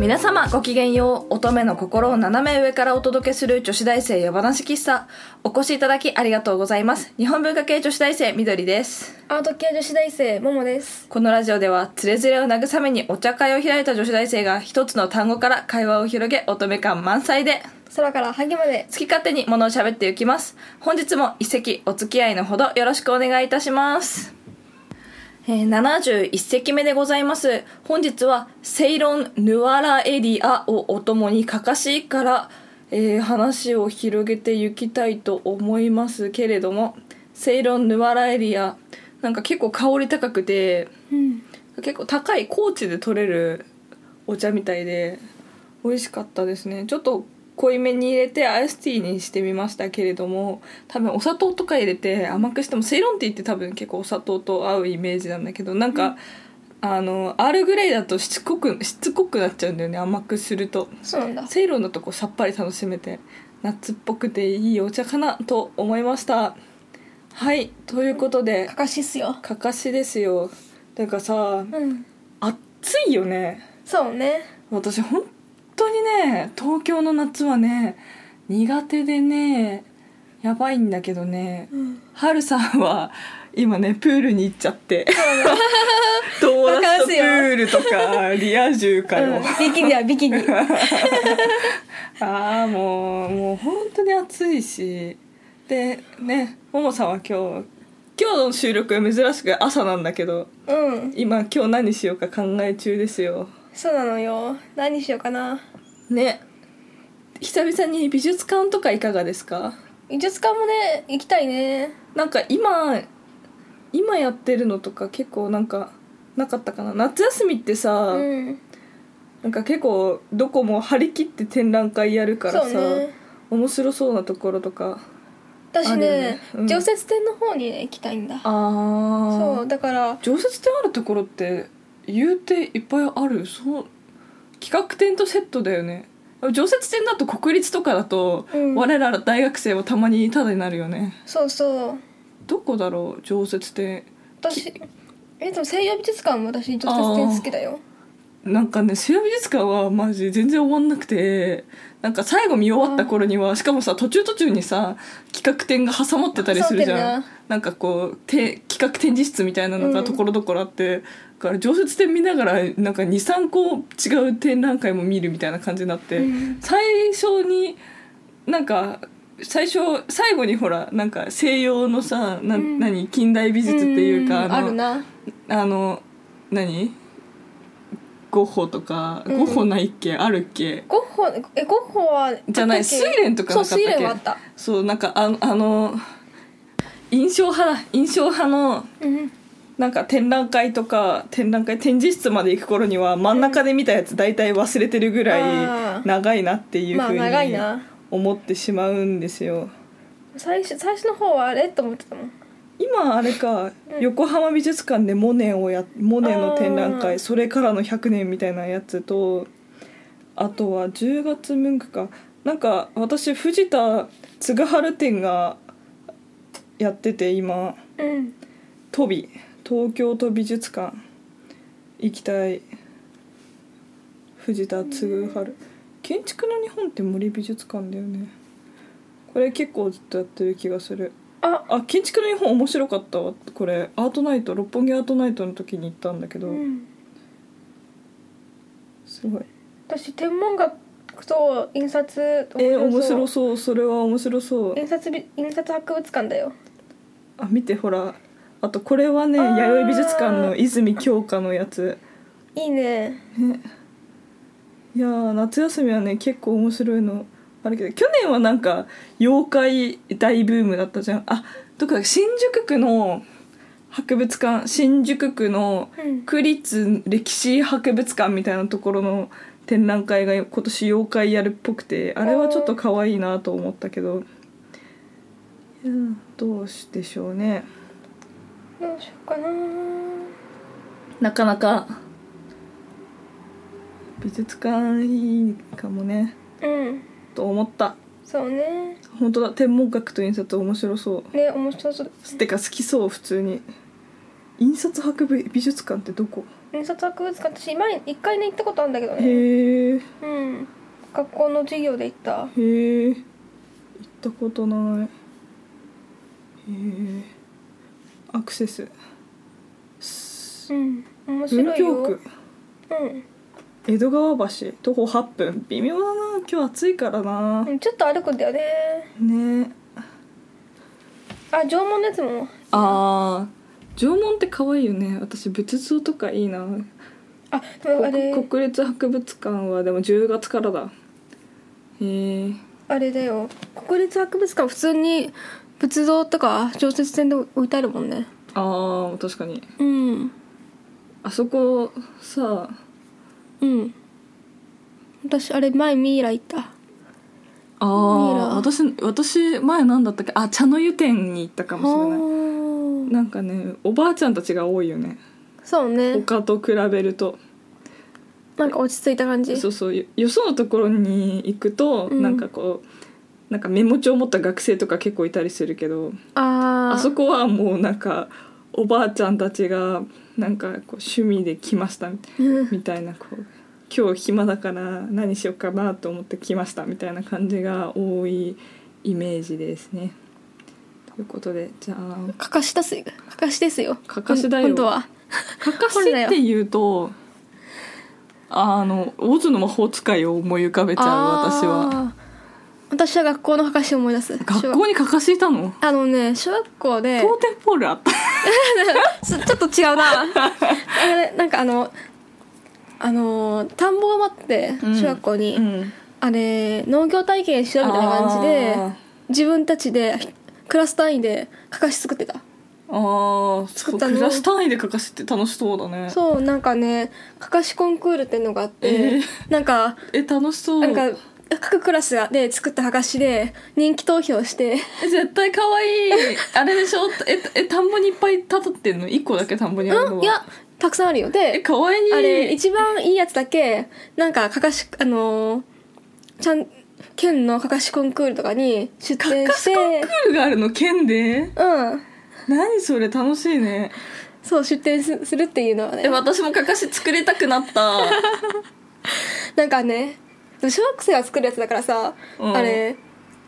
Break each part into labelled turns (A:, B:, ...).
A: 皆様ごきげんよう乙女の心を斜め上からお届けする女子大生夜話喫茶お越しいただきありがとうございます日本文化系女子大生みどりです
B: アート系女子大生ももです
A: このラジオではつれづれを慰めにお茶会を開いた女子大生が一つの単語から会話を広げ乙女感満載で
B: 空からハゲまで
A: 好き勝手に物を喋っていきます本日も一席お付き合いのほどよろしくお願いいたします、えー71席目でございます本日はセイロン・ヌアラエリアをお供にかかしから、えー話を広げていきたいと思いますけれどもセイロン・ヌアラエリアなんか結構香り高くて
B: うん
A: 結構高い高知で取れるお茶みたいで美味しかったですねちょっと濃いめに入れてアイスティーにしてみましたけれども多分お砂糖とか入れて甘くしてもセイロンティーって多分結構お砂糖と合うイメージなんだけどなんか、あのアールグレイだとしつこくしつこくなっちゃうんだよね甘くすると
B: そうなんだ
A: セイロンだとこうさっぱり楽しめて夏っぽくていいお茶かなと思いましたはいということで
B: かかしっすよ
A: かかしですよなんかさ
B: うん
A: 暑いよね
B: そうね
A: 私本当にね東京の夏はね苦手でねやばいんだけどね
B: うん
A: はるさんは今ねプールに行っちゃって 友
B: わか
A: 達
B: る
A: と
B: っ
A: プ
B: すよ
A: ールとかリア充かよ、
B: ビキニだビ キニ
A: ああもうもう本当に暑いしでねももさんは今日今日の収録は珍しく朝なんだけど
B: うん
A: 今今日何しようか考え中ですよ
B: そうなのよ何しようかな
A: ね久々に美術館とかいかがですか
B: 美術館もね行きたいね
A: なんか今今やってるのとか結構なんかなかったかな夏休みってさ、
B: うん
A: なんか結構どこも張り切って展覧会やるから
B: そ
A: さ、
B: うね
A: 面白そうなところとかあ
B: 私
A: る
B: ね
A: よねうん
B: 常設展の方にね行きたいんだ
A: ああ
B: そうだから
A: 常設展あるところって言うていっぱいあるそう企画展とセットだよね常設展だと国立とかだと、
B: うん
A: 我ら大学生はたまにタダになるよね
B: そうそう
A: どこだろう常設展
B: 私えでも西洋美術館も私常設展好きだよ
A: なんかね西洋美術館はマジ全然終わんなくてなんか最後見終わった頃にはしかもさ途中途中にさ企画展が挟まってたりするじ
B: 挟ま
A: ゃ
B: ってる
A: んなんかこうて企画展示室みたいなの
B: う
A: が
B: ん
A: ところどころあって、だから常設展見ながらなんか23個違う展覧会も見るみたいな感じになって、
B: うん
A: 最初になんか最初最後にほらなんか西洋のさな、
B: うん
A: 何近代美術っていうか、
B: ん
A: の
B: あるな
A: あの何ゴッホとか、
B: うん
A: ゴッホないっけあるっけ
B: ゴッホえゴッホは
A: じゃない
B: あったっ
A: 睡
B: け
A: 蓮とかなかったっけ
B: そう睡蓮はあった
A: そうなんかあのあの印象派だ印象派の
B: うん
A: なんか展覧会とか展覧会展示室まで行く頃には真ん中で見たやつ大体忘れてるぐら
B: あ
A: い
B: ー
A: 長いなっていう
B: ま
A: ふ
B: あ
A: う
B: 長い
A: に
B: な
A: 思ってしまうんですよ
B: 最初最初の方はあれと思ってたもん
A: 今あれか、
B: うん
A: 横浜美術館でモネをやモネの展覧
B: あ
A: 会
B: ー
A: それからの100年みたいなやつとあとは10月ムンクかなんか私藤田嗣治展がやってて今
B: うん
A: 都美東京都美術館行きたい藤田嗣治建築の日本って森美術館だよねこれ結構ずっとやってる気がする
B: あ
A: あ建築の日本面白かったわこれアートナイト六本木アートナイトの時に行ったんだけど、
B: うん
A: すごい
B: 私天文学と印刷
A: えー、面白
B: そ
A: そうそれは面白そう
B: う印刷び印刷博物館だよ
A: あ見てほらあとこれはね
B: あー
A: 弥生美術館の泉鏡花のやつ
B: いいね
A: いやー夏休みはね結構面白いのあるけど去年はなんか妖怪大ブームだったじゃんあどこだっけ新宿区の博物館新宿区の
B: うん
A: 区立歴史博物館みたいなところの展覧会が今年妖怪やるっぽくてあれはちょっと可愛いなと思ったけどいやどうしでしょうね
B: どうしようかな
A: なかなか美術館いいかもね
B: うん
A: と思った
B: そうね
A: 本当だ天文学と印刷面白そ
B: ね面白そう
A: うてか好きそう普通に印刷博物美術館ってどこ
B: 印刷博物館私前一回ね行ったことあるんだけどね
A: へえ
B: うん学校の授業で行った
A: へえ行ったことないへえアクセス
B: うん面
A: 文
B: 白いよ
A: 京区
B: うん
A: 江戸川橋徒歩8分微妙だな今日暑いからな
B: う、んちょっと歩くんだよね
A: ね
B: あ縄文のやつも
A: ああ縄文って可愛いよね私仏像とかいいな
B: あでもあれ
A: 国国立博物館はでも10月からだへえ
B: あれだよ国立博物館普通に仏像とか常設展で置いてあるもんね
A: あー確かに
B: うん
A: あそこさ
B: うん私あれ前ミイラ行った
A: あ
B: ミイラ
A: ー私私前なんだったっけあ茶の湯店に行ったかもしれない
B: はあ
A: なんかねおばあちゃんたちが多いよね
B: そうね
A: 他と比べると
B: なんか落ち着いた感じ
A: そうそうよよそのところに行くと、
B: うん
A: なんかこうなんかメモ帳を持った学生とか結構いたりするけど
B: あ
A: あ
B: あ
A: そこはもうなんかおばあちゃんたちがなんかこう趣味で来ましたみたいな
B: うん
A: みたいなこう今日暇だから何しようかなと思って来ましたみたいな感じが多いイメージですね。ということでじゃあ
B: かかしですよかかしですよ
A: かかしだよ
B: ほん本当は
A: かかしっていうとあの「オズの魔法使い」を思い浮かべちゃう私は。
B: あー私は学校のかかしを思い出す
A: 学
B: 小
A: 校にかかしいたの
B: あのね小学校で
A: 当店ポールあった
B: すちょっと違う なあれなんかあのあの田んぼが待って
A: うん
B: 小学校に、
A: ん
B: あれ農業体験しようみたいな感じで
A: あー
B: 自分たちでクラス単位でかかし作ってた
A: あー
B: 作
A: そ
B: っ
A: う
B: たの
A: クラス単位でかかしって楽しそうだね
B: そうなんかねかかしコンクールっていうのがあって、
A: えー
B: なんか
A: え楽しそう
B: なんか各クラスがで作ったかかしで人気投票して
A: え 絶対可愛いあれでしょええ田んぼにいっぱい立ってんの一個だけ田んぼにあるの
B: う
A: は
B: んいやたくさんあるよ
A: え
B: で
A: 可愛い
B: あれ一番いいやつだけなんかかかしあのーちゃん県のかかしコンクールとかに出展
A: カ
B: し
A: スコン
B: て
A: クールがあるの県で
B: うん
A: 何それ楽しいね
B: そう出展すするっていうのはね
A: え私もかかし作りたくなった
B: なんかねでも小学生が作るやつだからさ、
A: うん
B: あれ、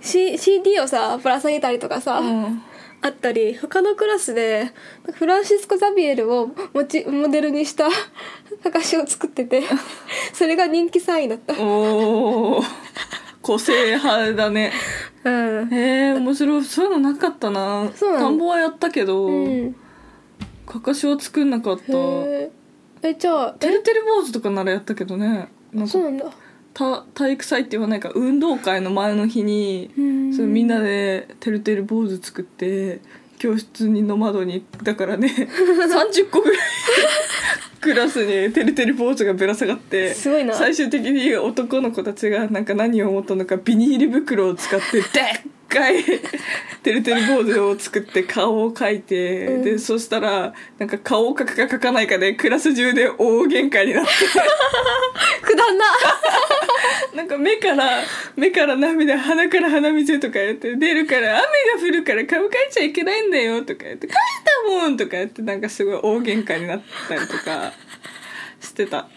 B: C、CD をさぶら下げたりとかさ、
A: うん
B: あったり他のクラスでフランシスコ・ザビエルをモチモデルにしたかかしを作っ ててそれが人気3位だった
A: おー個性派だね
B: うん、
A: えー、面白いそういうのなかったな
B: そうなの
A: 田んぼはやったけど、
B: うん、
A: かかしは作んなかったて
B: へええじゃあえ
A: るてる坊主とかならやったけどねなんか
B: そうなんだ
A: た体育祭って言わないか運動会の前の日に
B: うん
A: そうみんなでてるてる坊主作って教室にの窓にだから ね30個ぐらいクラスにてるてる坊主がぶら下がって
B: すごいな
A: 最終的に男の子たちがなんか何を思ったのかビニール袋を使 ってでっかいてるてる坊主を作って顔を描いて、
B: うん
A: でそしたらなんか顔を描くか描かないかでクラス中で大喧嘩になって
B: くだんな
A: なんか目から目から涙鼻から鼻水とかやって出るから雨が降るから顔描いちゃいけないんだよとか言って「描いたもん!」とか言ってなんかすごい大喧嘩になったりとかしてた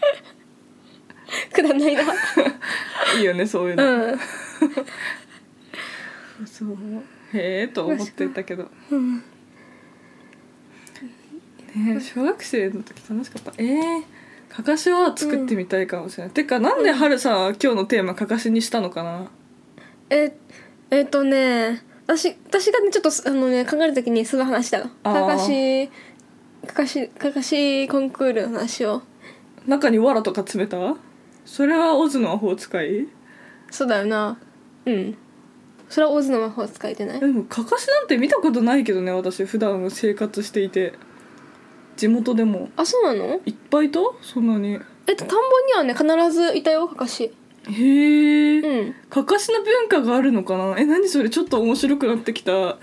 B: くだんないない
A: いよねそういうの、
B: うん
A: そうへえと思ってたけど、
B: うん
A: ねえ、小学生の時楽しかったえーかかしは作ってみたいかもしれない、てかなんで春さんは今日のテーマかかしにしたのかな
B: ええっ、とね私私がねちょっとあのね考えるときにその話だの
A: あ
B: か
A: ー
B: かしかかしかかしコンクールの話を
A: 中に藁とか詰めたそれはオズの魔法使い
B: そうだよなうんそれはオズの魔法使いじゃない
A: でもかかしなんて見たことないけどね私普段生活していて地元でも
B: あそうなの
A: いっぱいいたそんなに
B: えっと田んぼにはね必ずいたよかかし
A: へえ、
B: うん
A: かかしの文化があるのかなえ何それちょっと面白くなってきた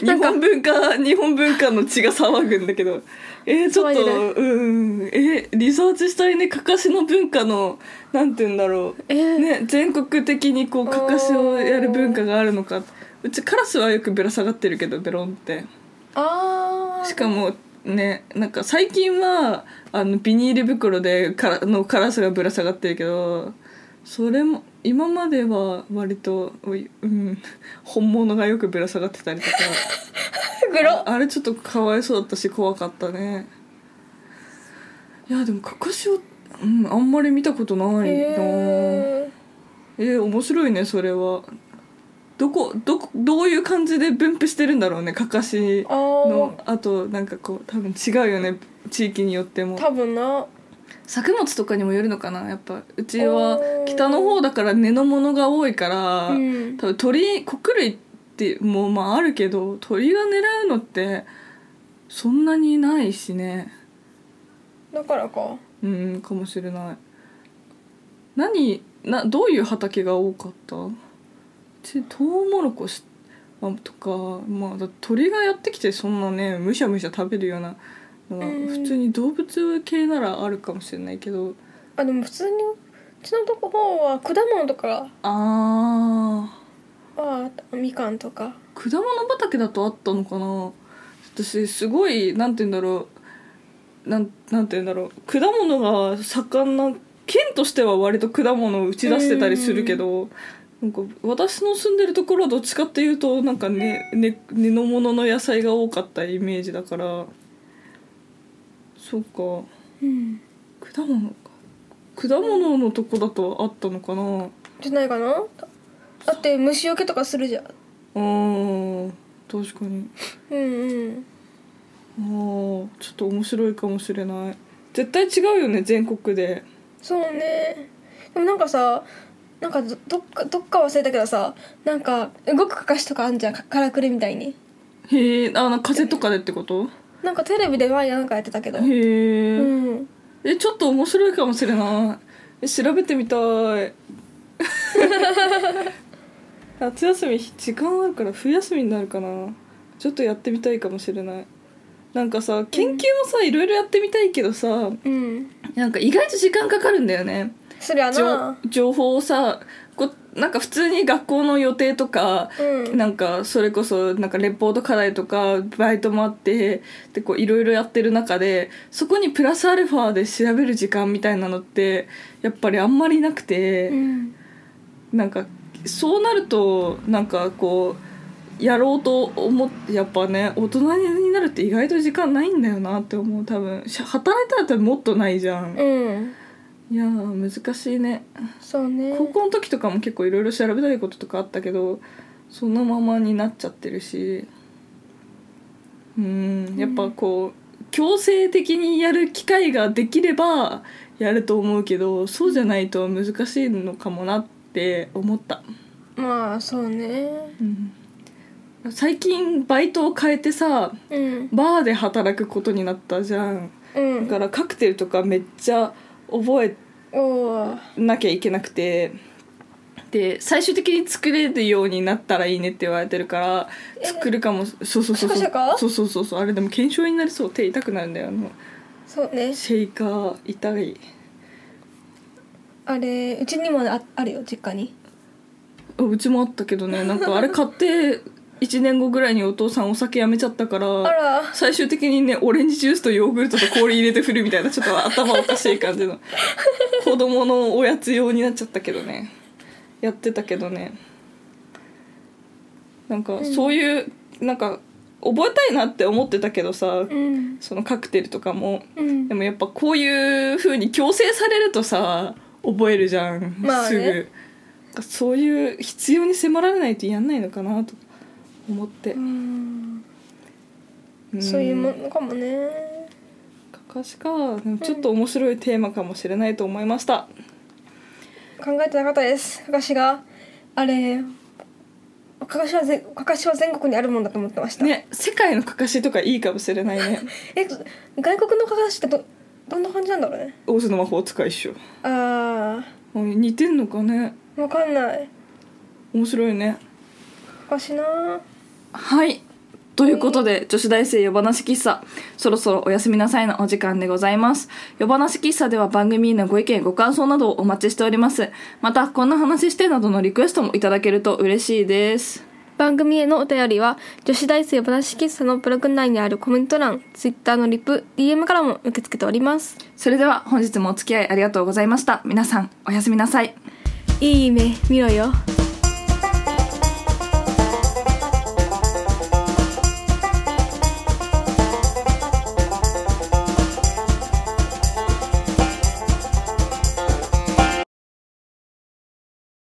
A: 日本文化日本文化の血が騒ぐんだけどえー、ちょっと
B: 騒
A: うんえリサーチしたいねかかしの文化のなんて言うんだろう
B: えー
A: ね、全国的にこうかかしをやる文化があるのかうちカラスはよくぶら下がってるけどベロンって
B: あー
A: しかもねなんか最近はあのビニール袋でからのカラスがぶら下がってるけどそれも今までは割と、おいうん、本物がよくぶら下がってたりとか
B: グロ
A: あれちょっとかわいそうだったし怖かったねいやでもかかしは、うん、あんまり見たことないな
B: へ
A: えー、面白いねそれはどこどこどういう感じで分布してるんだろうねかかしのあとなんかこう多分違うよね地域によって
B: ー
A: も
B: 多分な
A: 作物とかにもよるのかなやっぱうち
B: あ
A: は
B: ー
A: 北の方だから根の物が多いから、
B: うん
A: 多分鳥穀類ってもうまああるけど鳥が狙うのってそんなにないしね
B: だからか
A: うんかもしれない何などういう畑が多かったうちトウモロコシあとか,、まあ、だ鳥がやってきてそんなねむしゃむしゃ食べるようなのは
B: うん
A: 普通に動物系ならあるかもしれないけど
B: あでも普通にうちのとこ方は果物とか
A: あー
B: はみかんとか
A: 果物畑だとあったのかな私すごいなんて言うんだろうなんなんて言うんだろう果物が盛んな県としては割と果物を打ち出してたりするけどなんか私の住んでるところはどっちかっていうとなんかねね根の物の野菜が多かったイメージだからそうか
B: うん
A: 果物か果物のとこだとあったのかな
B: じゃないかなだって虫除けとかするじゃん
A: うん確かに
B: うんうん
A: あーちょっと面白いかもしれない絶対違うよね全国で
B: そうねでもなんかさなんかどどっかどっか忘れたけどさなんか動くかかしとかあんじゃんかからくりみたいに
A: へえあなんか風とかでってこと
B: なんかテレビで前なんかやってたけど
A: へえ、
B: うん
A: えちょっと面白いかもしれないえ調べてみたい 夏休み時間あるから冬休みになるかなちょっとやってみたいかもしれないなんかさ研究もさ、いろいろやってみたいけどさ
B: うん
A: なんか意外と時間かかるんだよね
B: そりゃ
A: 情
B: な
A: 情報をさこなんか普通に学校の予定とか、
B: うん
A: なんかそれこそなんかレポート課題とかバイトもあってでこういろいろやってる中でそこにプラスアルファで調べる時間みたいなのってやっぱりあんまりなくて、
B: うん
A: なんかそうなるとなんかこうやろうと思ってやっぱね大人になるって意外と時間ないんだよなって思う多分し働いたら多分もっとないじゃん、
B: うん
A: いやー難しいね
B: そうね
A: 高校の時とかも結構いろいろ調べたいこととかあったけどそのままになっちゃってるしうんやっぱこう強制的にやる機会ができればやると思うけどそうじゃないと難しいのかもなって思った、
B: まあそうね
A: うん、最近バイトを変えてさ
B: うん
A: バーで働くことになったじゃん
B: う
A: だ
B: ん
A: からカクテルとかめっちゃ覚えて
B: おー
A: なきゃいけなくてで最終的に作れるようになったらいいねって言われてるから作るかもそうそうそうそう
B: もしかしたか
A: そうそうそうそうあれでも検証になりそう手痛くなるんだよあの
B: そうね
A: シェイカー痛い
B: あれうちにもああるよ実家に
A: あうちもあったけどねなんかあれ買って1年後ぐらいにお父さんお酒やめちゃったか
B: あ
A: ら
B: ら
A: 最終的にねオレンジジュースとヨーグルトと氷入れて振るみたいなちょっと頭おかしい感 じの子供のおやつ用になっちゃったけどねやってたけどねなんかそういう、なんか覚えたいなって思ってたけどさ、
B: うん
A: そのカクテルとかも
B: うん
A: でもやっぱこういう風に強制されるとさ覚えるじゃん、
B: まあね
A: すぐなんかそういう必要に迫られないとやんないのかなと思って
B: う、ん
A: ん
B: そういうものかもね
A: かかしかでもちょっと面白いテーマかもしれないと思いました、
B: 考えてなかったですかかしがあれかかしはぜかかしは全国にあるもんだと思ってました、
A: ね世界のかかしとかいいかもしれないね
B: え外国のかかしってどどんな感じなんだろうね
A: オズの魔法使いっしょ
B: あ
A: あ似てんのかね
B: ーわかんない
A: 面白いね
B: かかしな
A: はいということで、女子大生夜話喫茶、そろそろお休みなさいのお時間でございます。夜話喫茶では番組へのご意見、ご感想などをお待ちしております。また、こんな話してなどのリクエストもいただけると嬉しいです。
B: 番組へのお便りは女子大生話喫茶のブログ内にあるコメント欄 Twitter のリプ DM からも受け付けております
A: それでは本日もお付き合いありがとうございました皆さんおやすみなさい
B: いい夢見ろよ